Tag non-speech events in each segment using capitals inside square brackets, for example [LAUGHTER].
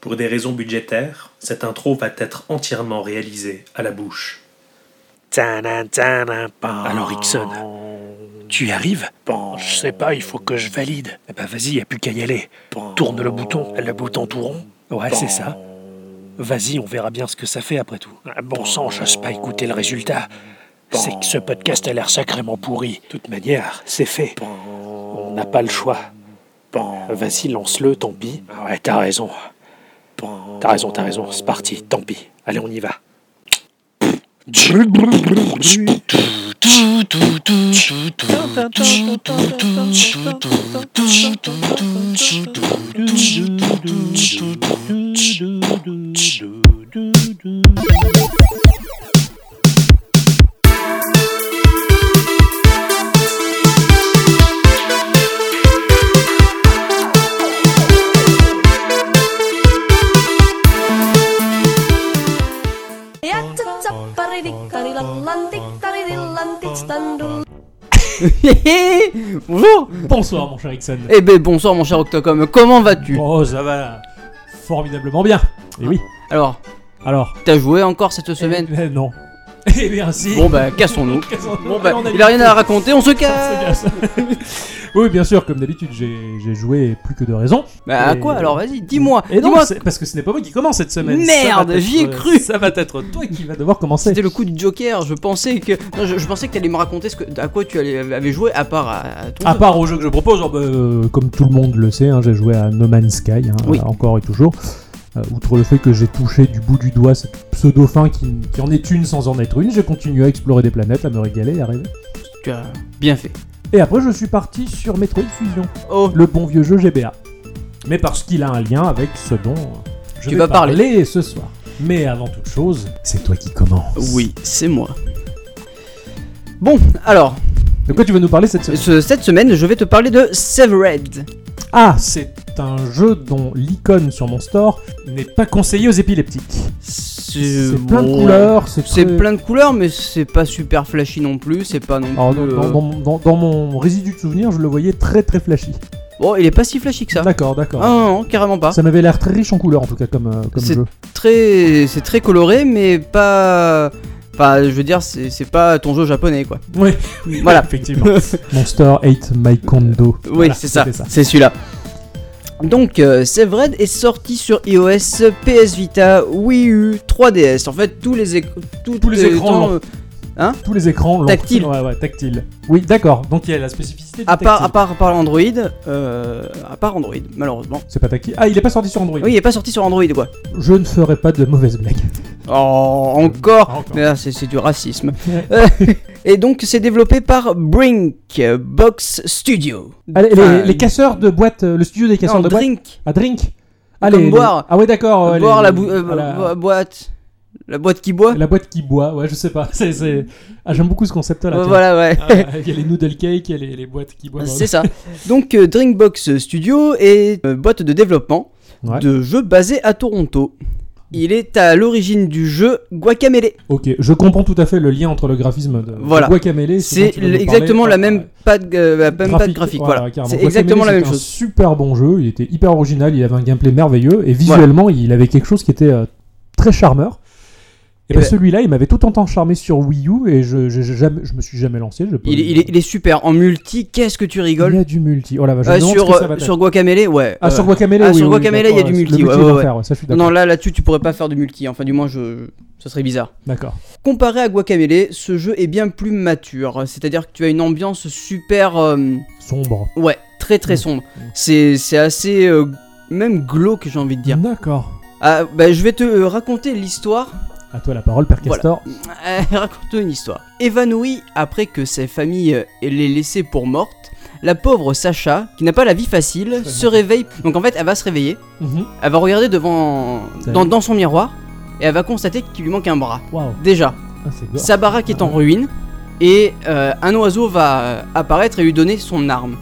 Pour des raisons budgétaires, cette intro va être entièrement réalisée à la bouche. Alors, Alors, Ixon, tu y arrives Bon, Je sais pas, il faut que je valide. Eh ben vas-y, y a plus qu'à y aller. Tourne le bouton, le bouton tout rond. Ouais, c'est ça. Vas-y, on verra bien ce que ça fait après tout. Ah, Bon sang, j'ose pas écouter le résultat. C'est que ce podcast a l'air sacrément pourri. De toute manière, c'est fait. On n'a pas le choix. Vas-y, lance-le, tant pis. Ah Ouais, t'as raison. T'as raison, t'as raison. C'est parti, tant pis. Allez, on y va. [LAUGHS] Bonjour Bonsoir mon cher Ixon. Eh ben bonsoir mon cher Octocom, comment vas-tu Oh ça va formidablement bien. Et oui. Alors, Alors. t'as joué encore cette semaine Eh, non. [LAUGHS] Eh merci. Bon bah cassons-nous. [LAUGHS] Cassons-nous. Bon bah, On il a rien à dit- raconter, on se On se casse casse. [LAUGHS] oui bien sûr comme d'habitude j'ai j'ai joué plus que de raison. Bah à Et- quoi alors vas-y, dis-moi, Et non, dis-moi c'est- parce que ce n'est pas moi qui commence cette semaine. Merde, Ça va j'y ai être- cru. Ça va être toi qui va devoir commencer. c'était le coup du Joker, je pensais que non, je, je pensais que t'allais me raconter ce que, à quoi tu allais, avais joué à part à, à ton À jeu. part au jeu que je propose, oh, bah, euh, comme tout le monde le sait, hein, j'ai joué à No Man's Sky, hein, Oui. euh, encore et toujours. Euh, outre le fait que j'ai touché du bout du doigt cette pseudo-fin qui, qui en est une sans en être une, j'ai continué à explorer des planètes, à me régaler, à rêver. tu as bien fait. Et après, je suis parti sur Metroid Fusion, Oh, le bon vieux jeu GBA. Mais parce qu'il a un lien avec ce dont euh, je Tu vais vas parler. parler. ce soir. Mais avant toute chose, c'est toi qui commence. oui, c'est moi. Bon, alors, De quoi tu veux nous parler cette semaine ce- cette semaine, je vais te parler de Severed. Ah, c'est un jeu dont l'icône sur mon store n'est pas conseillé aux épileptiques. C'est C'est plein de bon. couleurs, c'est C'est très- plein de couleurs, mais c'est pas super flashy non plus. C'est pas non plus. Alors, dans, dans- euh, dans- dans- dans mon résidu de souvenirs, je le voyais très très flashy. Bon, Oh, il est pas si flashy que ça. D'accord, Ah d'accord. non, non, carrément pas. Ça m'avait l'air très riche en couleurs en tout cas comme, euh, comme C'est- jeu. Très, c'est très coloré, mais pas. Enfin, je veux dire, c'est c'est pas ton jeu japonais quoi. [LAUGHS] Oui, Voilà. effectivement. [LAUGHS] Monster 8 My Kondo. Oui, Voilà, c'est ça. c'était C'est celui-là. Donc, euh, Severed est sorti sur iOS, PS Vita, Wii U, 3DS. En fait, tous les, éc- tout- Tous les écrans, non. euh, Tous les écrans l'ont- Tactile. Ouais, ouais, tactile. Oui, d'accord. Donc il y a la spécificité du à part, à tactile. part, à part Android, euh, à part Android, malheureusement. C'est pas tactile. Ah, il est pas sorti sur Android. Oui, il est pas sorti sur Android quoi. Je ne ferai pas de mauvaises blagues. [LAUGHS] Oh, encore. Ah, encore. Mais là, c'est c'est du racisme. Et donc, c'est développé par Brink euh, Box Studio. Allez, les, Enfin, les casseurs de boîtes, euh, le studio des casseurs non, de boîtes. Brink. Ah, drink. Comme Allez, boire. Ah ouais, d'accord. ouais, boire les- la, bou- euh, à la- bo- boîte. La boîte qui boit. [LAUGHS] la boîte qui boit. Ouais, je sais pas. [LAUGHS] C'est, c'est- Ah, j'aime beaucoup ce concept-là. Euh, tiens. voilà, ouais. Ah, Il y a les noodle cakes, il y a les, les boîtes qui [LAUGHS] boivent. C'est ça. Donc, euh, Drinkbox Studio est euh, boîte de développement Ouais. de jeux basés à Toronto. Il est à l'origine du jeu Guacamele. Ok, je comprends tout à fait le lien entre le graphisme de Voilà. Guacamele. ce dont C'est tu vas nous parler. exactement la Ah, même patte, euh, la même patte graphique. ouais, Voilà. carrément. C'est Guacamele, exactement la c'était même un chose. super bon jeu, il était hyper original, il avait un gameplay merveilleux et visuellement il avait quelque chose qui était euh, très charmeur. Et, Et ben, ben- celui-là, il m'avait tout autant charmé sur Wii U et je, je, je- jamais- je me suis jamais lancé. je peux- Il, est- il est, il est super. En multi, qu'est-ce que tu Il y rigoles a du multi. Oh la vache, je Euh, me demande ce que Sur, ça va euh, être. sur Guacamele, ouais. Ah, euh, sur Guacamele, ah, oui, sur oui, Guacamele, il d'accord, y a du ouais, multi, Le ouais, il va ouais, faire, ouais, ça je suis Non, d'accord. là, là-dessus, tu pourrais pas faire de multi. Enfin, du moins, je... ce serait bizarre. D'accord. Comparé à Guacamele, ce jeu est bien plus mature. C'est-à-dire que tu as une ambiance super. euh, Sombre. Ouais, très très Mm. sombre. C'est c'est assez. euh, Même glauque, j'ai envie de Mm. dire. D'accord. Ah, bah, je vais te euh, raconter l'histoire. [LAUGHS] À toi la parole, Père Voilà. Castor. Euh, Raconte-toi une histoire. Évanouie après que sa famille euh, l'ait laissée pour morte, la pauvre Sacha, qui n'a pas la vie facile, [LAUGHS] Très se réveille. Donc en fait, elle va se réveiller. Mhm. Elle va regarder devant. Salut. Dans, dans son miroir. Et elle va constater qu'il lui manque un bras. Waouh. Déjà, Ah, c'est gore. Ah, sa baraque est en ruine. Et euh, un oiseau va euh, apparaître et lui donner son arme.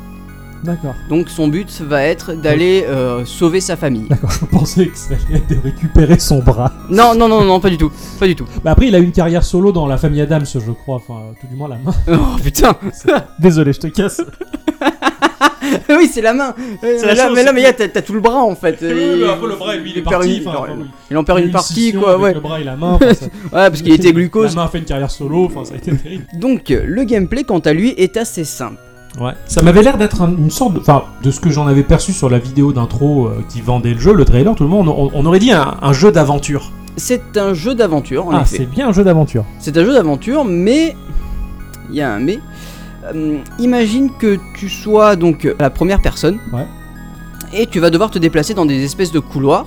D'accord. Donc son but va être d'aller euh, sauver sa [LAUGHS] famille. D'accord, je pensais que ça allait être de récupérer son bras. Non, non, non, non, pas du tout. Pas du tout. Bah après, il a une carrière solo dans la famille Adams, [LAUGHS] je crois. Enfin, tout du moins la main. Oh putain Désolé, je te casse. oui, c'est la main. Euh, C'est la mais, là, chose, mais là, c'est mais que- là, t'as t'as tout le bras en fait. [LAUGHS] Oui, mais après, le bras, lui, il est perd parti, une- enfin, non, oui. il en perd une Une partie, scission quoi. avec Ouais. Le bras et la main. enfin, ça- ouais, [LAUGHS] [LAUGHS] parce qu'il était glucose. La main a fait une carrière solo, enfin ça a été terrible. Donc, euh, le gameplay, quant à lui, est assez simple. Ouais. Ça m'avait l'air d'être un- une sorte de. Enfin, de ce que j'en avais perçu sur la vidéo d'intro euh, qui vendait le jeu, le trailer, tout le monde, on, on aurait dit un, un jeu d'aventure. C'est un jeu d'aventure, en Ah, effet. c'est bien un jeu d'aventure. C'est un jeu d'aventure, mais. Il y a un mais. Euh, imagine que tu sois donc euh, la première personne. Ouais. Et tu vas devoir te déplacer dans des espèces de couloirs.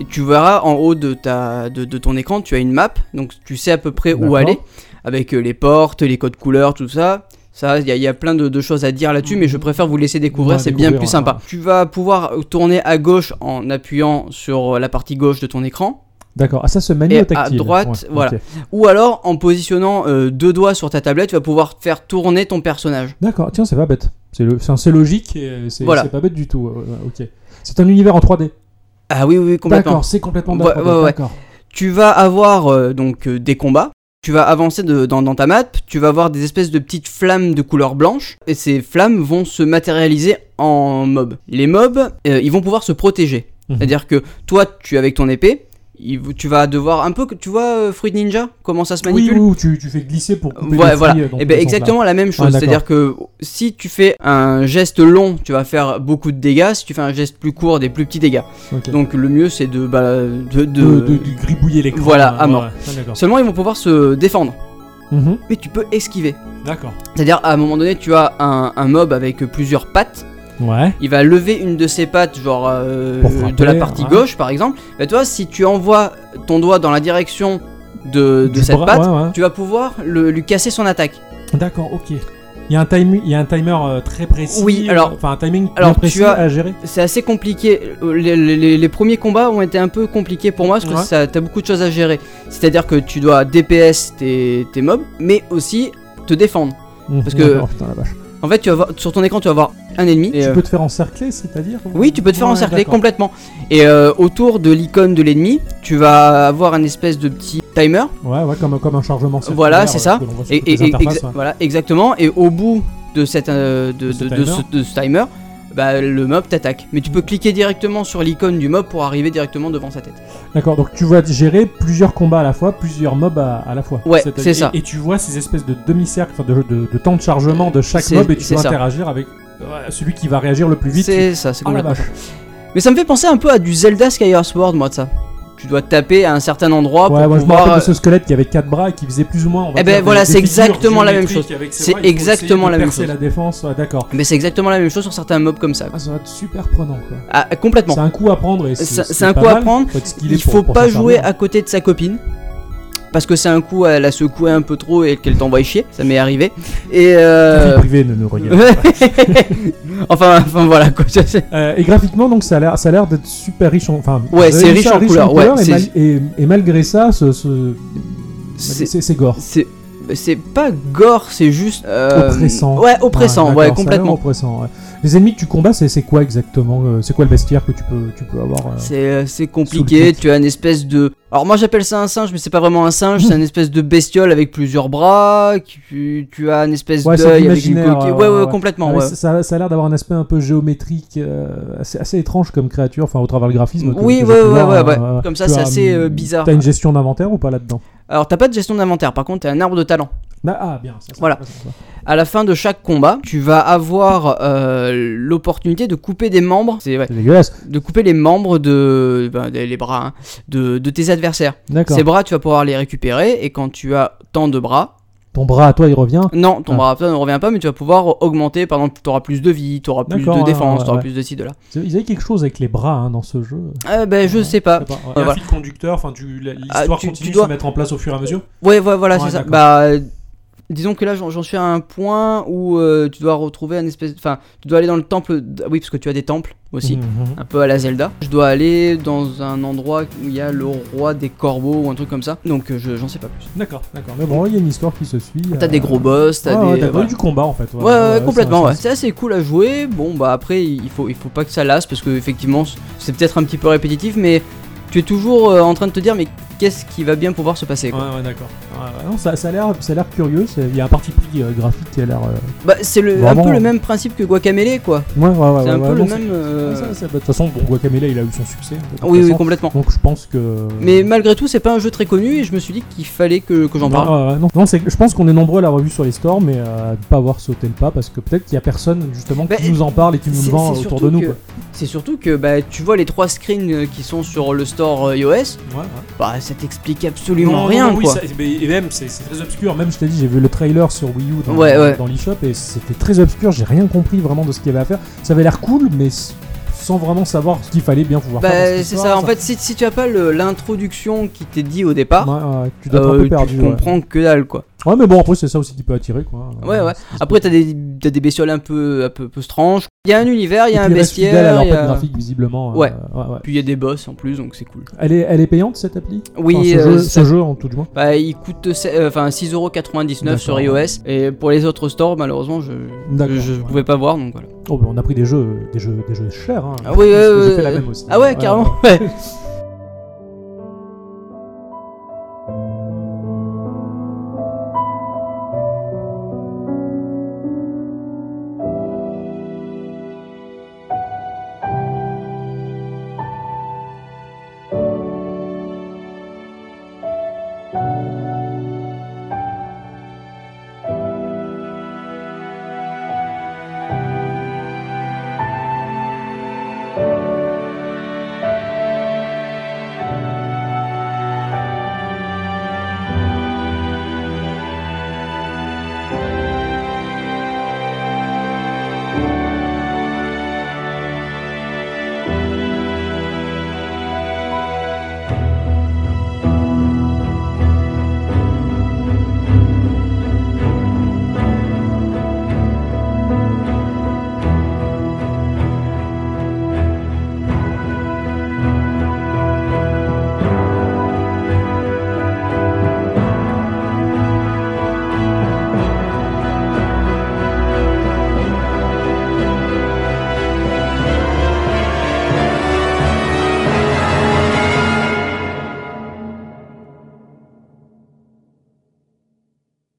Et tu verras en haut de, ta, de, de ton écran, tu as une map. Donc tu sais à peu près où D'accord. aller. Avec euh, les portes, les codes couleurs, tout ça. Ça, il y, a- il y a plein de, de choses à dire là-dessus, mais je préfère vous laisser découvrir, Ouais, c'est bien Mhm. découvrir, plus sympa. Tu vas pouvoir tourner à gauche en appuyant sur euh, la partie gauche de ton écran. D'accord. Ah, ça se manie Et au tactile. à droite, Ouais, voilà. ok. Ou alors en positionnant euh, deux doigts sur ta tablette, tu vas pouvoir faire tourner ton personnage. D'accord. Tiens, c'est pas bête. C'est le- c'est- c'est logique et euh, c'est Voilà. c'est pas bête du tout. ouais, ouais, Ok. C'est un univers en 3D. Ah oui, oui, oui, complètement. D'accord, c'est complètement Ouais, d'accord. ouais, ouais. D'accord. Tu vas avoir euh, donc euh, des combats. Tu vas avancer de- dans, dans ta map, tu vas avoir des espèces de petites flammes de couleur blanche, et ces flammes vont se matérialiser en mobs. Les mobs, euh, ils vont pouvoir se protéger. Mhm. C'est-à-dire que toi, tu avec ton épée, il- tu vas devoir un peu, que- tu vois, euh, Fruit Ninja, comment ça se Oui, manipule oui, où tu, tu fais glisser pour couper Ouais, les voilà. fruits, euh, dans Et tous ben les sens, là. exactement la même chose. d'accord. C'est-à-dire que si tu fais un geste long, tu vas faire beaucoup de dégâts. Si tu fais un geste plus court, des plus petits dégâts. Ok. Donc le mieux, c'est de, bah, de, de- de, de- de gribouiller l'écran. Voilà, euh, à mort. ouais, ouais, d'accord. Seulement, ils vont pouvoir se défendre. Mhm, Mais tu peux esquiver. D'accord. C'est-à-dire, à un moment donné, tu as un, un mob avec plusieurs pattes. Ouais. Il va lever une de ses pattes, genre euh, Pour frapper, de la partie ouais. gauche, par exemple. Bah, toi, si tu envoies ton doigt dans la direction de, de Du cette bras, patte, ouais, ouais. tu vas pouvoir le- lui casser son attaque. D'accord, ok. Il y a un, time, il y a un timer euh, très précis. Oui, alors- Enfin, un timing bien alors, tu précis as- à gérer. C'est assez compliqué. Les, les- les premiers combats ont été un peu compliqués pour moi parce que Ouais. ça- t'as beaucoup de choses à gérer. C'est-à-dire que tu dois DPS tes, tes mobs, mais aussi te défendre. Parce que- Mmh. putain, la vache. En fait, tu vas voir, sur ton écran, tu vas voir un ennemi. et, Tu euh, peux te faire encercler, c'est-à-dire Oui, tu peux te faire Ouais, encercler d'accord. complètement. Et euh, autour de l'icône de l'ennemi, tu vas avoir un espèce de petit timer. Ouais, ouais, comme, comme un chargement circulaire. Voilà, c'est euh, ça. que l'on voit sur Et, toutes et- les et- interfaces, exa- ouais. voilà, exactement. Et au bout de, cette, euh, de, De ce de- de ce, timer. de ce timer, bah, le mob t'attaque. Mais tu peux cliquer directement sur l'icône du mob pour arriver directement devant sa tête. D'accord, donc tu vas gérer plusieurs combats à la fois, plusieurs mobs à, à la fois. Ouais, C'est-à-dire- c'est ça. Et, et tu vois ces espèces de demi-cercles, enfin, de, de- de temps de chargement de chaque C'est- mob, et tu c'est vas ça. interagir avec euh, celui qui va réagir le plus vite. C'est ça, c'est Ah la complètement vache. Mais ça me fait penser un peu à du Zelda Skyward Sword, moi, de ça. Tu dois taper à un certain endroit Ouais, Oh, pour moi je me pouvoir. euh, rappelle de ce squelette qui avait quatre bras et qui faisait plus ou moins. on va Eh ben dire, voilà, des- des c'est figures exactement la même géométriques chose. avec ses C'est bras, il faut essayer exactement de la même percer chose. la défense, ouais, d'accord. euh, Mais c'est exactement la même chose sur certains mobs comme ça. quoi. Ah, ça va être super prenant quoi. Ah, complètement. C'est un coup à prendre et C'est- c'est- c'est c'est un pas coup à mal. prendre. Faut être skillé Il pour- faut pour hein. pas s'en jouer servir. à côté de sa copine. Parce que c'est un coup, elle a secoué un peu trop et qu'elle t'envoie chier. Ça m'est arrivé. Et Vie euh. [LAUGHS] privée, ne nous regarde [LAUGHS] pas. enfin, enfin, voilà quoi. Ça, c'est- Euh, et graphiquement, donc ça a l'air, ça a l'air d'être super riche en. Enfin, euh, Ouais, vous c'est avez mis riche ça en couleurs, ouais, et, c'est- mal- et- et malgré ça, ce, ce- C'est- c'est c'est gore. C'est. C'est pas gore, c'est juste. euh, Oppressant. Ouais, oppressant, d'accord, ouais, ça a l'air complètement. oppressant, ouais. Les ennemis que tu combats, c'est c'est quoi exactement euh, C'est quoi le bestiaire que tu peux, tu peux avoir euh, C'est euh, c'est Sous le compliqué, pied. tu as une espèce de... Alors moi j'appelle ça un singe, mais c'est pas vraiment un singe, Mmh. c'est une espèce de bestiole avec plusieurs bras, tu, tu as une espèce Ouais, c'est de d'œil avec une l'imaginaire, coquille... euh, Ouais, ouais, ouais. complètement, Ah, mais ouais. ça- Ça, ça a l'air d'avoir un aspect un peu géométrique, euh, assez, assez étrange comme créature, enfin au travers le graphisme. que- Oui, que ouais, j'ai pu ouais, voir, ouais, euh, ouais. euh, Comme ça, tu c'est as, assez, euh, hum, bizarre. T'as une gestion d'inventaire ou pas là-dedans Alors t'as pas de gestion d'inventaire, par contre t'as un arbre de talent. Bah, Ah, bien. ça, c'est Voilà. intéressant, ça. À la fin de chaque combat, tu vas avoir euh, l'opportunité de couper des membres, c'est ouais, C'est dégueulasse. de couper les membres de... ben, des- les bras, hein, de, de tes adversaires. D'accord. Ces bras, tu vas pouvoir les récupérer, et quand tu as tant de bras, Ton bras à toi, il revient. Non, ton Ah. bras à toi ne revient pas, mais tu vas pouvoir augmenter. Par exemple, tu auras plus de vie, tu auras plus D'accord, de ouais, défense, ouais, tu auras ouais. plus de ci, de là. Ils avaient quelque chose avec les bras hein, dans ce jeu. Euh, ben, je Ouais. sais pas. Un voilà. fil conducteur, enfin, tu- la- Ah, l'histoire tu- continue tu de dois- se mettre en place au fur et à mesure. Ouais, ouais, voilà, Ouais, c'est ça. d'accord. Bah, euh, disons que là, j'en j'en suis à un point où euh, tu dois retrouver un espèce. Enfin, tu dois aller dans le temple. d- Oui, parce que tu as des temples aussi. Mhm. Un peu à la Zelda. Je dois aller dans un endroit où il y a le roi des corbeaux ou un truc comme ça. Donc, euh, je- j'en sais pas plus. D'accord, d'accord. Mais bon, il y a une histoire qui se suit. T'as euh, des gros boss, t'as ouais, ouais, des. voilà. du combat en fait. Ouais, ouais, complètement, ça- ouais. ça- C'est assez cool à jouer. Bon, bah après, il faut, il faut pas que ça lasse parce que, effectivement, c'est peut-être un petit peu répétitif, mais tu es toujours euh, en train de te dire, mais qu'est-ce qui va bien pouvoir se passer. Ouais, quoi. ouais, d'accord. Ouais, ouais, non, ça, ça a l'air, ça a l'air curieux. c'est- Il y a un parti pris euh, graphique qui a l'air. euh, Bah, c'est le, un Vraiment. peu le même principe que Guacamele, quoi. Ouais, ouais, ouais. C'est ouais, un ouais, peu le non, c'est- même. euh, Ouais, ça- ça- bah, De toute façon, bon, Guacamele, il a eu son succès. hein, de toute Oui, oui, façon. complètement. Donc je pense que. Mais malgré tout, c'est pas un jeu très connu et je me suis dit qu'il fallait que, que j'en Non, parle. ouais, ouais, non, non, c'est, je pense qu'on est nombreux à la revue sur les stores, mais à ne pas avoir sauté le pas parce que peut-être qu'il y a personne justement qui Bah, nous en parle et qui nous C'est- le vend c'est autour surtout de nous. que- quoi. C'est surtout que bah, tu vois les trois screens qui sont sur le store euh, iOS, Ouais, ouais. bah ça t'explique Non, absolument non, rien non, oui, quoi. ça- mais- et même, c'est c'est très obscur. Même, je t'ai dit, j'ai vu le trailer sur Wii U dans, Ouais, ouais. dans l'eShop et c'était très obscur. J'ai rien compris vraiment de ce qu'il y avait à faire. Ça avait l'air cool, mais s- sans vraiment savoir ce qu'il fallait bien pouvoir faire. dans Bah cette c'est histoire, ça, en fait si, si tu as pas le- l'introduction qui t'est dit au départ, Ouais, ouais, tu dois être un euh, peu perdu. tu ouais. comprends que dalle quoi. Ouais, mais bon, après, c'est ça aussi qui peut attirer. Quoi. Ouais, ouais. Après t'as des, t'as des bestioles un peu, un peu, peu stranges. Il y a un univers, il y a Et un puis, ils restent fidèles à bestiaire, leur il y patte a- graphique, visiblement. euh, Ouais. ouais, ouais. puis il y a des boss en plus donc c'est cool. Elle est, elle est payante cette appli Oui, Enfin, ce, euh, jeu, ça- ce jeu, en tout du moins. Bah il coûte se- euh, enfin 6,99€ sur D'accord. iOS et pour les autres stores malheureusement je, D'accord, je, je ouais. pouvais pas voir donc voilà. Oh, bah, on a pris des jeux, des jeux, des jeux chers. Hein, Ah oui, Parce que ouais, j'ai fait la ouais. même aussi. Ah ouais carrément. ouais.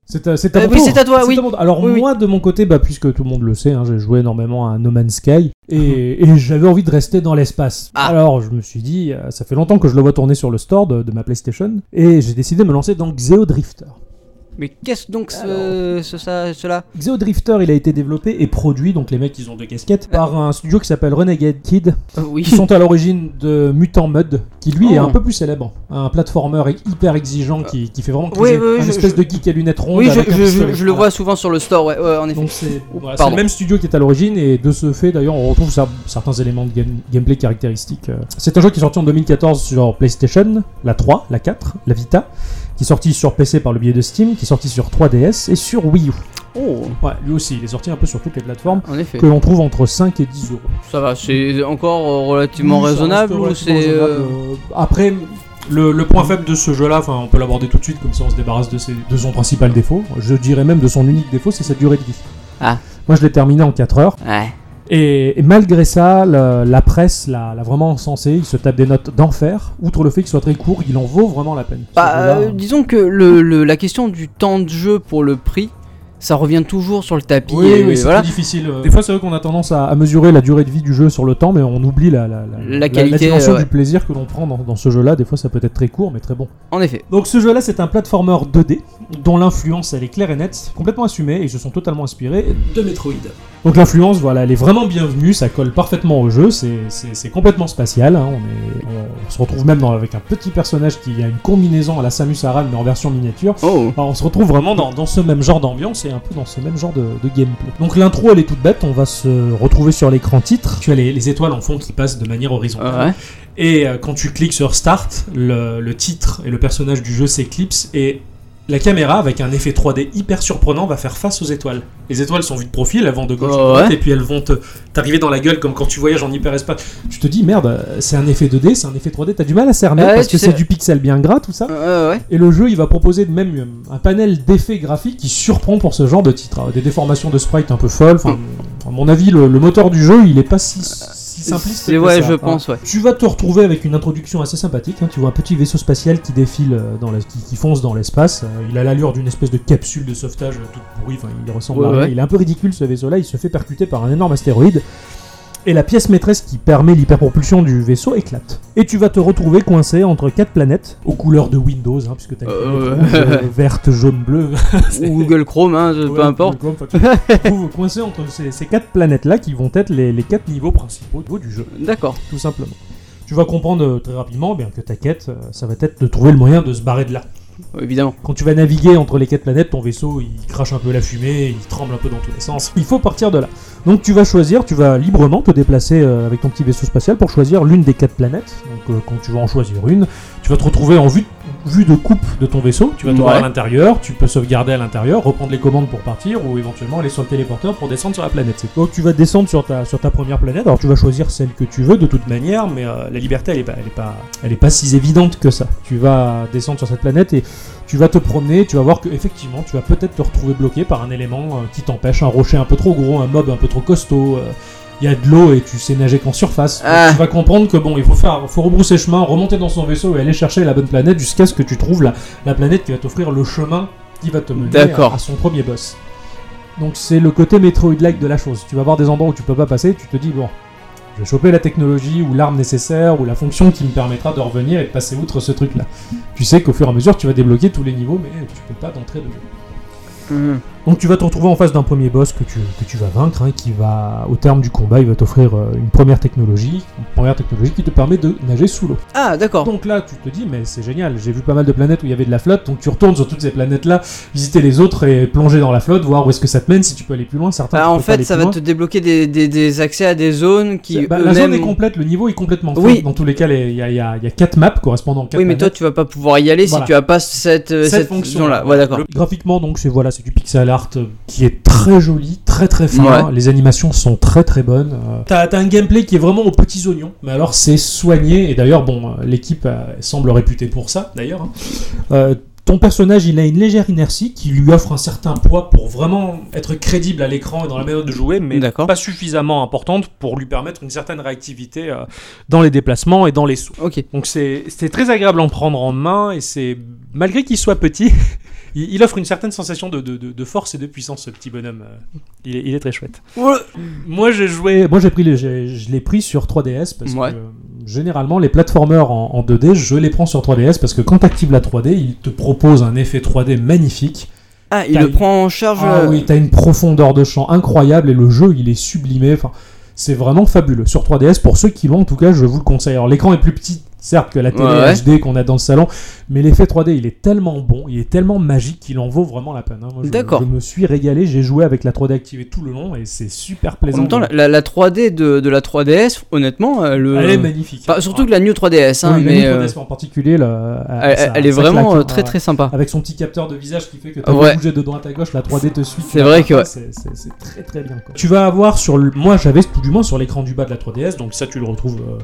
C'est à, c'est à Euh, mon oui, tour. c'est à toi, oui. mon- Alors Oui, oui. moi, de mon côté, bah, puisque tout le monde le sait, hein, j'ai joué énormément à No Man's Sky [LAUGHS] et, et j'avais envie de rester dans l'espace. Ah. Alors je me suis dit, euh, ça fait longtemps que je le vois tourner sur le store de, de ma PlayStation et j'ai décidé de me lancer dans Xeo Drifter. [LAUGHS] Mais qu'est-ce donc ce, ce- ça, cela Xeo Drifter, il a été développé et produit, donc les mecs ils ont deux casquettes, par un studio qui s'appelle Renegade Kid, Oui. qui sont à l'origine de Mutant Mud, qui lui est Oh. un peu plus célèbre, hein. un platformer hyper exigeant qui, qui fait vraiment Oui, criser, oui, un je- espèce je- de geek à lunettes rondes. Oui, je, avec un je- je- pistolet. je le vois souvent sur le store, ouais, ouais, en effet. Donc c'est voilà, c'est pardon. le même studio qui est à l'origine et de ce fait d'ailleurs on retrouve ça- certains éléments de game- gameplay caractéristiques. euh. C'est un jeu qui est sorti en 2014 sur PlayStation, la 3, la 4, la Vita, qui est sorti sur PC par le biais de Steam, qui est sorti sur 3DS et sur Wii U. Oh, Ouais, lui aussi, il est sorti un peu sur toutes les plateformes en effet. que l'on trouve entre 5 et 10 euros. Ça va, c'est encore euh, relativement Oui, ça reste raisonnable ou relativement c'est. euh, raisonnable, euh, Après, le, le point faible de ce jeu-là, enfin, on peut l'aborder tout de suite, comme ça on se débarrasse de, ses- de son principal défaut. Je dirais même de son unique défaut, c'est sa durée de vie. Ah. Moi, je l'ai terminé en 4 heures. Ouais. Et, et malgré ça, la, la presse l'a l'a vraiment encensé. Il se tape des notes d'enfer. Outre le fait qu'il soit très court, il en vaut vraiment la peine. Ce Bah, jeu-là, euh, disons que le, le- la question du temps de jeu pour le prix, ça revient toujours sur le tapis. oui, et oui, c'est voilà. plus difficile. euh. Des fois, c'est vrai qu'on a tendance à, à mesurer la durée de vie du jeu sur le temps, mais on oublie la, la, la- La qualité, dimension euh, ouais. du plaisir que l'on prend dans, dans ce jeu-là. Des fois, ça peut être très court, mais très bon. En effet. Donc ce jeu-là, c'est un platformer 2D dont l'influence elle est claire et nette, complètement assumée et ils se sont totalement inspirés de Metroid. Donc l'influence, voilà, elle est vraiment bienvenue, ça colle parfaitement au jeu, c'est- c'est c'est complètement spatial. hein, on, est- on- on se retrouve même dans- avec un petit personnage qui a une combinaison à la Samus Aran mais en version miniature. Oh. Enfin, on se retrouve vraiment dans, dans ce même genre d'ambiance et un peu dans ce même genre de, de gameplay. Donc l'intro, elle est toute bête, on va se retrouver sur l'écran titre. Tu as les, les étoiles en fond qui passent de manière horizontale. Ouais. Et euh, quand tu cliques sur Start, le, le titre et le personnage du jeu s'éclipsent et la caméra, avec un effet 3D hyper surprenant, va faire face aux étoiles. Les étoiles sont vues de profil, elles vont de gauche à Ouais. droite, et puis elles vont te- t'arriver dans la gueule comme quand tu voyages en hyperespace. Tu te dis, merde, euh, c'est un effet 2D, c'est un effet 3D, t'as du mal à cerner Ah ouais, parce tu que sais- c'est du pixel bien gras, tout ça. Ouais, Euh, [LAUGHS] ouais. Et le jeu, il va proposer de même euh, un panel d'effets graphiques qui surprend pour ce genre de titre. hein. Des déformations de sprites un peu folles. Enfin, À mon avis, le, le moteur du jeu, il est pas si, si aussi simpliste Euh, C'est que ouais, ça, je hein. pense, ouais. Tu vas te retrouver avec une introduction assez sympathique. hein. Tu vois un petit vaisseau spatial qui défile, euh, dans la- qui, qui fonce dans l'espace. Euh, Il a l'allure d'une espèce de capsule de sauvetage euh, toute pourrie. Enfin, il ressemble à Ouais, rien. ouais. Il est un peu ridicule ce vaisseau-là. Il se fait percuter par un énorme astéroïde. Et la pièce maîtresse qui permet l'hyperpropulsion du vaisseau éclate. Et tu vas te retrouver coincé entre quatre planètes aux couleurs de Windows, hein, puisque t'as une Euh, planète ouais. rouge, euh, [LAUGHS] verte, jaune, bleue. Ou Google Chrome, hein, je- peu Ouais, importe. Google Chrome, enfin, tu te retrouves coincé entre ces, ces quatre planètes-là qui vont être les, les quatre niveaux principaux du jeu D'accord. tout simplement. Tu vas comprendre euh, très rapidement bien, que ta quête, euh, ça va être de trouver le moyen de se barrer de là. Évidemment. Quand tu vas naviguer entre les quatre planètes, ton vaisseau, il crache un peu la fumée, il tremble un peu dans tous les sens. Il faut partir de là. Donc tu vas choisir, tu vas librement te déplacer euh, avec ton petit vaisseau spatial pour choisir l'une des quatre planètes. Donc euh, quand tu vas en choisir une, tu vas te retrouver en vue, vue de coupe de ton vaisseau. Tu vas te voir Ouais. à l'intérieur, tu peux sauvegarder à l'intérieur, reprendre les commandes pour partir ou éventuellement aller sur le téléporteur pour descendre sur la planète. C'est- Donc tu vas descendre sur ta, sur ta première planète. Alors tu vas choisir celle que tu veux de toute manière, mais euh, la liberté elle est pas, elle est pas, elle est pas si évidente que ça. Tu vas descendre sur cette planète et tu vas te promener, tu vas voir que effectivement, tu vas peut-être te retrouver bloqué par un élément euh, qui t'empêche, un rocher un peu trop gros, un mob un peu trop costaud. euh, Il y a de l'eau et tu sais nager qu'en surface. Donc, Ah. Tu vas comprendre que bon, il faut faire, faut rebrousser chemin, remonter dans son vaisseau et aller chercher la bonne planète jusqu'à ce que tu trouves la, la planète qui va t'offrir le chemin qui va te mener D'accord. à, à son premier boss. Donc c'est le côté Metroid-like de la chose. Tu vas voir des endroits où tu peux pas passer, tu te dis bon, je vais choper la technologie ou l'arme nécessaire ou la fonction qui me permettra de revenir et de passer outre ce truc-là. Tu sais qu'au fur et à mesure, tu vas débloquer tous les niveaux, mais tu peux pas d'entrée de jeu. Mhm. Donc tu vas te retrouver en face d'un premier boss que tu, que tu vas vaincre, hein, qui va, au terme du combat, il va t'offrir euh, une première technologie, une première technologie qui te permet de nager sous l'eau. Ah, d'accord. Donc là, tu te dis, mais c'est génial, j'ai vu pas mal de planètes où il y avait de la flotte, donc tu retournes sur toutes ces planètes-là, visiter les autres et plonger dans la flotte, voir où est-ce que ça te mène, si tu peux aller plus loin, certains... Bah, tu en peux pas fait, aller ça plus va loin. te débloquer des, des- des accès à des zones qui. Bah, la zone eux-mêmes est ont- complète, le niveau est complètement Oui. fait. Dans tous les cas, les- il y a, il y a- il y a quatre maps correspondant aux quatre Oui, mais planètes. toi, tu vas pas pouvoir y aller hein. Voilà. si tu as pas cette, euh, cette, cette fonction là Ouais, d'accord. Graphiquement, donc, c'est voilà, c'est du pixel art euh, qui est très joli, très très fin. Les animations sont très très bonnes. Euh, T'as t'as un gameplay qui est vraiment aux petits oignons, mais alors c'est soigné. Et d'ailleurs, bon, euh, l'équipe euh, semble réputée pour ça, d'ailleurs. hein. Euh, ton personnage, il a une légère inertie qui lui offre un certain poids pour vraiment être crédible à l'écran et dans la manière de jouer, mais D'accord. pas suffisamment importante pour lui permettre une certaine réactivité euh, dans les déplacements et dans les sauts. Ok. Donc c'est c'est très agréable à en prendre en main et c'est malgré qu'il soit petit, [LAUGHS] il, il offre une certaine sensation de, de- de- de force et de puissance ce petit bonhomme. Euh, Il est, il est très chouette. Moi j'ai joué, moi j'ai pris les- j'ai- je l'ai pris sur 3DS parce Ouais. que euh, généralement les platformers en, en 2D, je les prends sur 3DS parce que quand tu actives la 3D, il te propose un effet 3D magnifique. Ah, il T'as le une- prend en charge. Ah euh, oui, t'as une profondeur de champ incroyable et le jeu il est sublimé. Enfin, c'est vraiment fabuleux. Sur 3DS, pour ceux qui l'ont, en tout cas, je vous le conseille. Alors l'écran est plus petit, certes, que la télé Ouais, ouais. HD qu'on a dans le salon, mais l'effet 3D il est tellement bon, il est tellement magique qu'il en vaut vraiment la peine. hein. Moi, je, D'accord. Je me suis régalé, j'ai joué avec la 3D activée tout le long et c'est super En plaisant. même temps, la, la- la 3D de, de la 3DS, honnêtement, euh, le. Elle est magnifique. Ah Enfin, surtout que la New 3DS, hein, Bah, Oui, la mais. Nintendo euh, 3DS en particulier, là, elle, ça- elle est ça vraiment claque, euh, hein. très très sympa. Avec son petit capteur de visage qui fait que t'as Ouais. beau bouger de droite à gauche, la 3D te suit. C'est vrai que ouais. C'est c'est- c'est très très bien. quoi. Tu vas avoir sur le. Moi j'avais tout du moins sur l'écran du bas de la 3DS, donc ça tu le retrouves euh,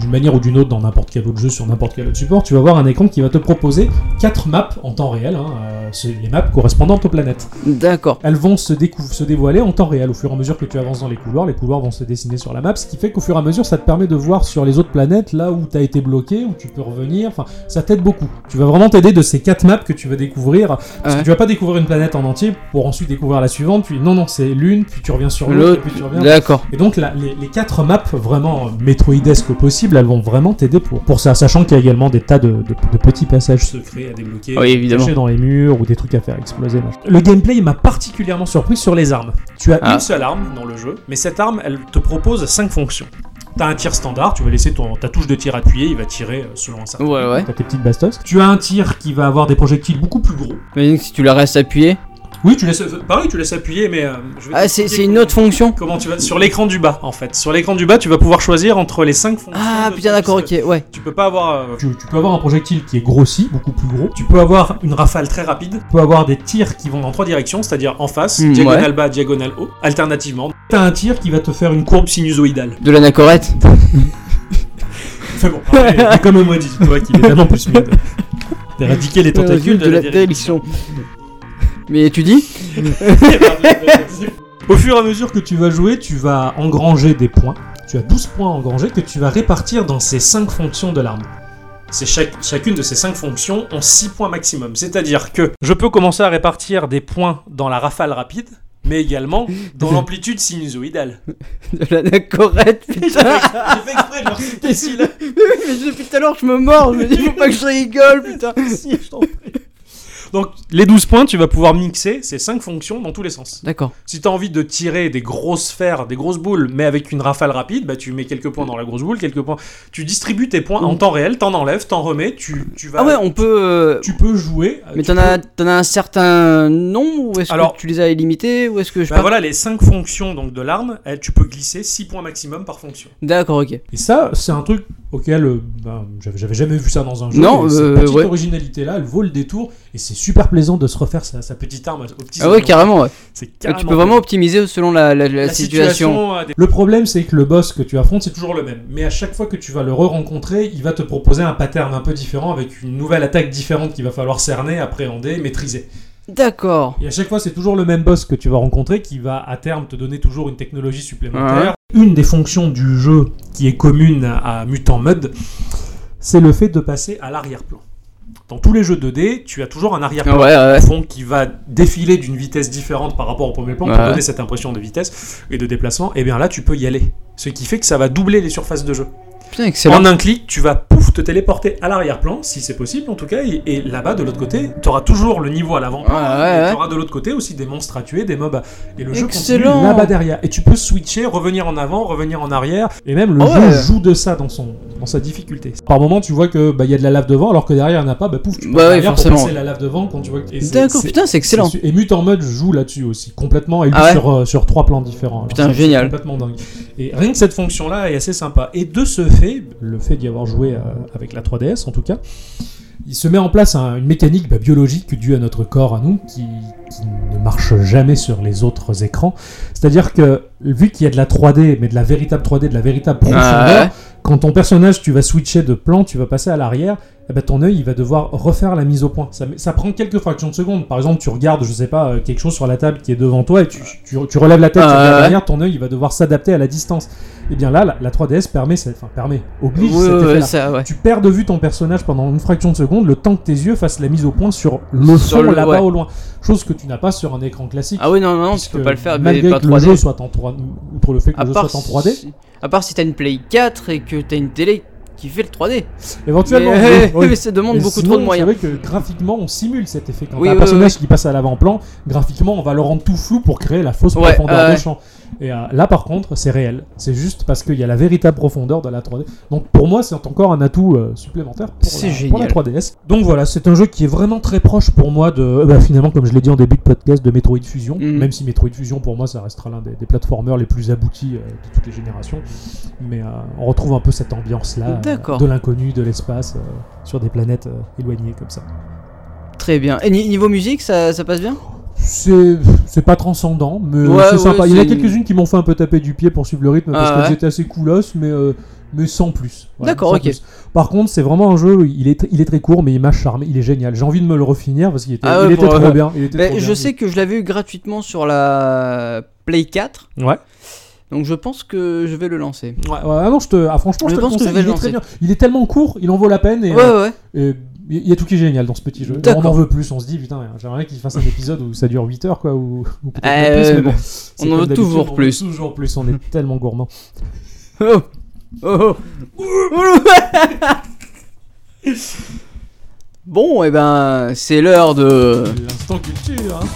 d'une manière ou d'une autre dans n'importe quel autre jeu sur n'importe quel autre support. Tu vas avoir un écran qui va te proposer 4 maps en temps réel, hein, euh, c'est les maps correspondantes aux planètes. D'accord. Elles vont se, décou- se dévoiler en temps réel au fur et à mesure que tu avances dans les couloirs. Les couloirs vont se dessiner sur la map, ce qui fait qu'au fur et à mesure, ça te permet de voir sur les autres planètes là où t'as été bloqué, où tu peux revenir. Enfin, ça t'aide beaucoup. Tu vas vraiment t'aider de ces quatre maps que tu vas découvrir. Parce Ouais. que tu vas pas découvrir une planète en entier pour ensuite découvrir la suivante. Puis non, non, c'est l'une, puis tu reviens sur l'autre, L'autre, puis tu reviens. D'accord. Et donc là, les, les quatre maps vraiment métroïdesques au possible, elles vont vraiment t'aider pour, pour ça, sachant qu'il y a également des tas de, de- de petits passages secrets à débloquer, Oui, évidemment. cachés dans les murs ou des trucs à faire exploser. machin. Le gameplay m'a particulièrement surpris sur les armes. Tu as Ah. une seule arme dans le jeu, mais cette arme, elle te propose cinq fonctions. T'as un tir standard, tu vas laisser ton, ta touche de tir appuyée, il va tirer euh, selon un certain. Ouais, ouais. T'as tes petites bastos. Tu as un tir qui va avoir des projectiles beaucoup plus gros. Imagine que si tu la restes appuyée. Oui, tu laisses, euh, pareil, tu laisses appuyer, mais euh, je vais Ah, c'est t'expliquer c'est une autre fonction. Comment tu vas sur l'écran du bas en fait Sur l'écran du bas, tu vas pouvoir choisir entre les 5 fonctions. Ah, de putain, ton- d'accord, ok, ouais. Tu peux pas avoir. euh, Tu, tu peux avoir un projectile qui est grossi, beaucoup plus gros. Tu peux avoir une rafale très rapide. Tu peux avoir des tirs qui vont dans trois directions, c'est-à-dire en face, Mm, diagonale bas, diagonale haut, alternativement. T'as un tir qui va te faire une courbe sinusoïdale. De l'anacorette. C'est [LAUGHS] bon. après, c'est comme moi dit, toi [LAUGHS] qui est tellement plus mieux. de- D'éradiquer les tentacules de, la, direction. [LAUGHS] Mais tu dis [LAUGHS] Au fur et à mesure que tu vas jouer, tu vas engranger des points. Tu tu as 12 points engrangés que tu vas répartir dans ces 5 fonctions de l'arme. C'est chaque- chacune de ces 5 fonctions ont 6 points maximum. C'est-à-dire que je peux commencer à répartir des points dans la rafale rapide, mais également dans l'amplitude sinusoïdale. [LAUGHS] De [LAUGHS] l'anachorète, putain. J'ai fait exprès de leur citer celui-là. Mais oui, mais depuis tout à l'heure, je me mords. Je me dis, faut pas que je rigole, putain. [LAUGHS] Si, je t'en prie. Donc, les 12 points, tu vas pouvoir mixer ces 5 fonctions dans tous les sens. D'accord. Si t'as envie de tirer des grosses sphères, des grosses boules, mais avec une rafale rapide, bah tu mets quelques points dans la grosse boule, quelques points. Tu distribues tes points en temps réel, t'en enlèves, t'en remets, tu, tu vas. Mm. Ah ouais, on peut. euh, Bah, Tu peux jouer. Mais tu t'en peux- as, t'en as un certain nombre ou est-ce Alors- que tu les as illimités ou est-ce que je Bah sais pas- voilà, les 5 fonctions donc de l'arme, eh, tu peux glisser 6 points maximum par fonction. D'accord, ok. Et ça, c'est un truc auquel euh, ben, j'avais j'avais jamais vu ça dans un jeu. Non, mais cette euh, petite ouais. originalité-là, elle vaut le détour, et c'est super plaisant de se refaire sa, sa petite arme au petit Ah ouais, carrément. ouais. C'est Ouais, carrément tu peux vraiment optimiser selon la, la- la La situation. situation, euh, des- Le problème, c'est que le boss que tu affrontes, c'est toujours le même. Mais à chaque fois que tu vas le re-rencontrer, il va te proposer un pattern un peu différent avec une nouvelle attaque différente qu'il va falloir cerner, appréhender, maîtriser. D'accord. Et à chaque fois, c'est toujours le même boss que tu vas rencontrer qui va à terme te donner toujours une technologie supplémentaire. Une des fonctions du jeu qui est commune à Mutant Mud, c'est le fait de passer à l'arrière-plan. Dans tous les jeux 2D, tu as toujours un Ah Ouais, arrière-plan ouais. fond qui va défiler d'une vitesse différente par rapport au premier plan pour Ouais. donner cette impression de vitesse et de déplacement, et bien là tu peux y aller. Ce qui fait que ça va doubler les surfaces de jeu. Putain, excellent. En un clic, tu vas pouf te téléporter à l'arrière-plan, si c'est possible en tout cas, et, et là-bas de l'autre côté, tu auras toujours le niveau à l'avant-plan. Ouais, ouais, ouais. Tu auras de l'autre côté aussi des monstres à tuer, des mobs à... Et le jeu Excellent. continue là-bas derrière. Et tu peux switcher, revenir en avant, revenir en arrière. Et même le Ah jeu ouais. joue de ça dans, son, dans sa difficulté. Par moment, tu vois que bah, il y a de la lave devant, alors que derrière, il n'y en a pas. Bah pouf, tu passes Bah ouais, derrière pour forcément. passer la lave devant quand tu vois que... et c'est- D'accord, c'est- putain, c'est excellent. et Mutant Mode joue là-dessus aussi, complètement, et lui Ah ouais sur, euh, sur trois plans différents. Alors, Putain, c'est- c'est génial. Complètement dingue. Et rien que cette fonction-là est assez sympa. Et de ce fait, le fait d'y avoir joué euh, avec la 3DS en tout cas, il se met en place un- une mécanique bah, biologique due à notre corps, à nous, qui, qui ne marche jamais sur les autres écrans. C'est-à-dire que, vu qu'il y a de la 3D, mais de la véritable 3D, de la véritable profondeur, Ah ouais. quand ton personnage, tu vas switcher de plan, tu vas passer à l'arrière, eh ben, ton œil, il va devoir refaire la mise au point. Ça, met- ça prend quelques fractions de secondes. Par exemple, tu regardes, je sais pas, euh, quelque chose sur la table qui est devant toi et tu, tu, tu relèves la tête, tu Ah regardes ouais. derrière, ton œil, il va devoir s'adapter à la distance. Et bien là, la, la 3DS permet, cette- enfin, permet, oblige Ouais, cet ouais, effet-là. ça, ouais. Tu perds de vue ton personnage pendant une fraction de seconde, le temps que tes yeux fassent la mise au point sur le Sur fond le- là-bas ouais. au loin. Chose que tu n'as pas sur un écran classique. Ah oui, non, non, non, tu puisque peux pas le faire. mais malgré pas que le 3D. jeu soit en 3D, outre le fait que à le jeu part soit en 3D, si- à part si t'as une Play 4 et que t'as une télé qui fait le 3D. éventuellement. Mais, [LAUGHS] oui, oui. mais ça demande Et beaucoup sinon, trop de moyens. C'est vrai que graphiquement, on simule cet effet. Quand Oui, t'as un oui, personnage qui passe à l'avant-plan, graphiquement, on va le rendre tout flou pour créer la fausse Ouais, profondeur ouais. de champ. Et euh, là, par contre, c'est réel. C'est juste parce qu'il y a la véritable profondeur de la 3D. Donc, pour moi, c'est encore un atout euh, supplémentaire pour C'est la, pour la génial. 3DS. Donc, voilà, c'est un jeu qui est vraiment très proche pour moi de, euh, bah, finalement, comme je l'ai dit en début de podcast, de Metroid Fusion. Mhm. Même si Metroid Fusion, pour moi, ça restera l'un des, des platformers les plus aboutis euh, de toutes les générations. Mais euh, on retrouve un peu cette ambiance-là euh, D'accord. de l'inconnu, de l'espace, euh, sur des planètes euh, éloignées comme ça. Très bien. Et ni- niveau musique, ça, ça passe bien C'est c'est pas transcendant, mais Ouais, c'est ouais, sympa. Il y en a c'est- quelques-unes qui m'ont fait un peu taper du pied pour suivre le rythme parce Ah, qu'elles ouais. étaient assez coolos, mais, euh, mais sans plus. D'accord, sans ok. plus. Par contre, c'est vraiment un jeu, il est, tr- il est très court, mais il m'a charmé, il est génial. J'ai envie de me le refinir parce qu'il était, Ah ouais, il était pour- trop bien. il était Mais trop Je bien. sais que je l'avais eu gratuitement sur la Play 4. Ouais. Donc je pense que je vais le lancer. Ouais, ouais, ah non, je te, ah, franchement, je, Je te le pense que je conseille, vais il le est très lancer. bien. Il est tellement court, il en vaut la peine. Et, Ouais, euh, ouais. Et il y a tout qui est génial dans ce petit jeu. On D'accord. en veut plus, on se dit putain, j'aimerais bien qu'il fasse un épisode où ça dure 8 heures quoi ou, ou peut-être Ah, même plus ouais, mais bon. ouais. c'est On en comme veut d'habitude, toujours on veut plus. Toujours plus, [LAUGHS] on est tellement gourmand. Oh Oh, oh. [LAUGHS] Bon, et ben, c'est l'heure de. L'instant culture. hein.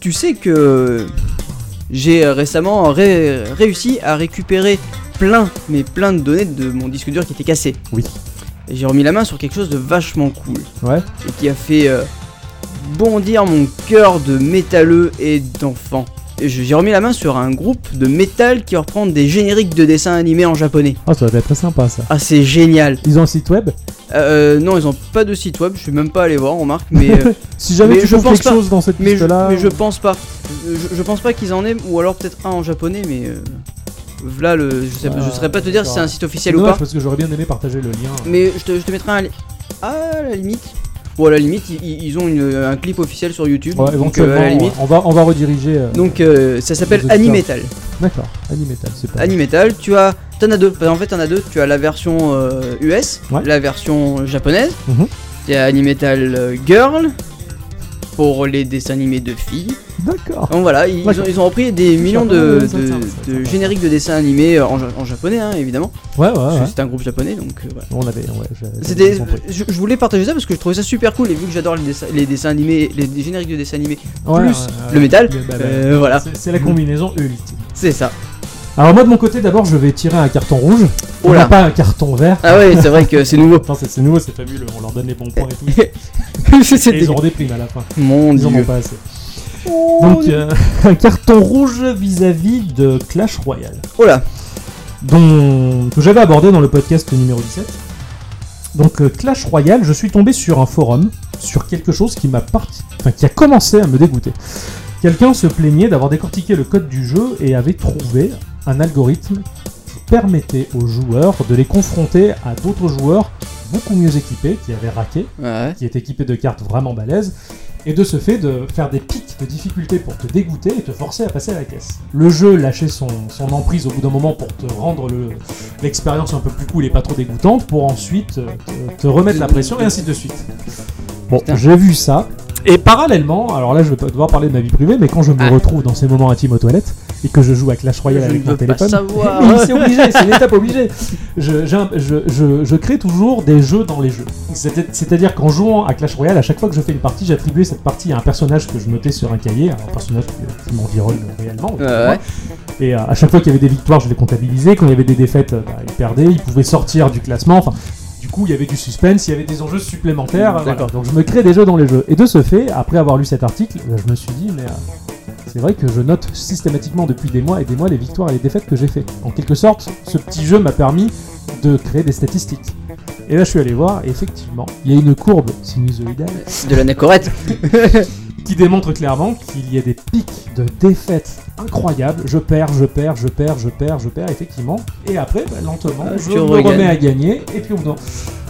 Tu sais que j'ai euh, récemment ré- réussi à récupérer plein, mais plein de données de mon disque dur qui était cassé. Oui. Et j'ai remis la main sur quelque chose de vachement cool. Ouais. Et qui a fait euh, bondir mon cœur de métalleux et d'enfant. Et je- J'ai remis la main sur un groupe de métal qui reprend des génériques de dessins animés en japonais. Ah, ça doit être très sympa ça. Ah, c'est génial! Ils ont un site web. Euh, non, ils ont pas de site web, je suis même pas allé voir, remarque, mais. [LAUGHS] euh, Si jamais Mais tu je trouves pense quelque pas. chose dans cette Mais je, liste là. mais je pense pas. Je, je pense pas qu'ils en aient, ou alors peut-être un en japonais, mais. euh, voilà, le, je, sais, Ouais, je saurais pas te dire si c'est un site officiel ou Dommage, pas. parce que j'aurais bien aimé partager le lien. Mais je te, je te mettrai un, li- ah, à la limite. Bon, à la limite, ils, ils ont une- un clip officiel sur YouTube. Ouais, donc, euh, éventuellement, à la limite. on, va, on va rediriger. euh, Donc, euh, ça s'appelle Les auditeurs. Animetal. D'accord, Animetal, c'est pas. Animetal, tu as. T'en as deux. Bah, En fait, t'en as deux. Tu as la version euh, US, Ouais. la version japonaise. Mhm. Tu as Animetal euh, Girl pour les dessins animés de filles. D'accord. Donc voilà, ils, D'accord. ont, ils ont repris des millions de, ça, de- ça, ça, de ça, ça. génériques de dessins animés en, ja- en japonais, hein, évidemment. Ouais, ouais, parce ouais. que c'est un groupe japonais, donc euh, voilà. On avait. Ouais, j'avais- j'avais C'était, compris. je, je voulais partager ça parce que je trouvais ça super cool et vu que j'adore les, dessins- les dessins animés, les, les génériques de dessins animés, Ouais, plus ouais, le métal, ouais, bah, bah, euh, voilà, c'est- C'est la combinaison ultime. c'est ça. Alors, moi de mon côté, d'abord, je vais tirer un carton rouge. Oh là. Non, Pas un carton vert. Ah ouais, c'est vrai que c'est nouveau. [LAUGHS] Attends, c'est c'est nouveau, c'est fabuleux. On leur donne les bons points et tout. Et C'était ils auront des primes à la fin. mon Ils en ont dieu. pas assez. Oh, Donc, euh, [LAUGHS] un carton rouge vis-à-vis de Clash Royale. oh là, dont que j'avais abordé dans le podcast numéro 17. Donc euh, Clash Royale, je suis tombé sur un forum sur quelque chose qui m'a parti, enfin qui a commencé à me dégoûter. Quelqu'un se plaignait d'avoir décortiqué le code du jeu et avait trouvé un algorithme qui permettait aux joueurs de les confronter à d'autres joueurs beaucoup mieux équipés qui avaient raqué Ah ouais. qui est équipé de cartes vraiment balèzes, et de ce fait de faire des pics de difficulté pour te dégoûter et te forcer à passer à la caisse. Le jeu lâchait son, son emprise au bout d'un moment pour te rendre le- l'expérience un peu plus cool et pas trop dégoûtante, pour ensuite euh, te, te remettre la pression et ainsi de suite. Bon, Putain. j'ai vu ça. Et parallèlement, alors là je vais pas devoir parler de ma vie privée, mais quand je me Ah. retrouve dans ces moments intimes aux toilettes et que je joue à Clash Royale Je avec ne mon veux pas téléphone, savoir. [LAUGHS] oui, c'est obligé, c'est une étape obligée. Je, j'ai un- je, je- je crée toujours des jeux dans les jeux. C'est- C'est-à-dire qu'en jouant à Clash Royale, à chaque fois que je fais une partie, j'attribuais cette partie à un personnage que je notais sur un cahier, un personnage que- qui m'environne réellement. Ouais, ouais. Et euh, à chaque fois qu'il y avait des victoires, je les comptabilisais. Quand il y avait des défaites, euh, bah, il perdait, il pouvait sortir du classement. Enfin, du coup, il y avait du suspense, il y avait des enjeux supplémentaires. euh, D'accord. voilà. Donc je me crée des jeux dans les jeux. Et de ce fait, après avoir lu cet article, euh, je me suis dit, mais euh, c'est vrai que je note systématiquement depuis des mois et des mois les victoires et les défaites que j'ai fait. En quelque sorte, ce petit jeu m'a permis de créer des statistiques. Et là, je suis allé voir, et effectivement, il y a une courbe sinusoïdale De l'anacorette. qui démontre clairement qu'il y a des pics de défaites incroyables. Je perds, je perds, je perds, je perds, je perds, effectivement. Et après, bah, lentement, Ah, je tu me regagnes. remets à gagner. Et puis, au bout d'un-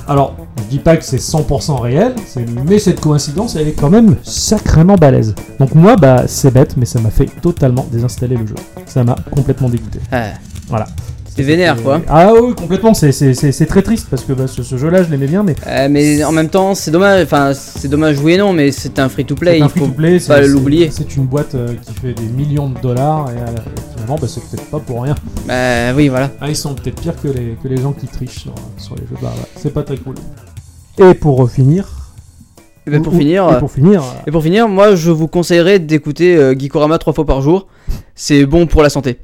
Alors, je dis pas que c'est 100% réel, c'est- mais cette coïncidence, elle est quand même sacrément balèze. Donc moi, bah, c'est bête, mais ça m'a fait totalement désinstaller le jeu. Ça m'a complètement dégoûté. Ah. Voilà. C'était vénère, quoi. Et- Ah oui, complètement, c'est- c'est c'est- c'est très triste, parce que bah, ce, ce jeu-là, je l'aimais bien, mais Euh, mais en même temps, c'est dommage. Enfin, c'est dommage, oui et non, mais c'est un free-to-play. C'est un Il faut free-to-play, pas c'est- l'oublier. c'est- C'est une boîte euh, qui fait des millions de dollars et euh, finalement bah, c'est peut-être pas pour rien. Bah oui, voilà. Ah, ils sont peut-être pires que les, que les gens qui trichent sur, sur les jeux. Bah, ouais, c'est pas très cool. Et pour euh, finir. Et bah, pour ou- finir. et ben, pour finir. euh, Et pour finir, moi je vous conseillerais d'écouter euh, Geekorama trois fois par jour. C'est bon pour la santé.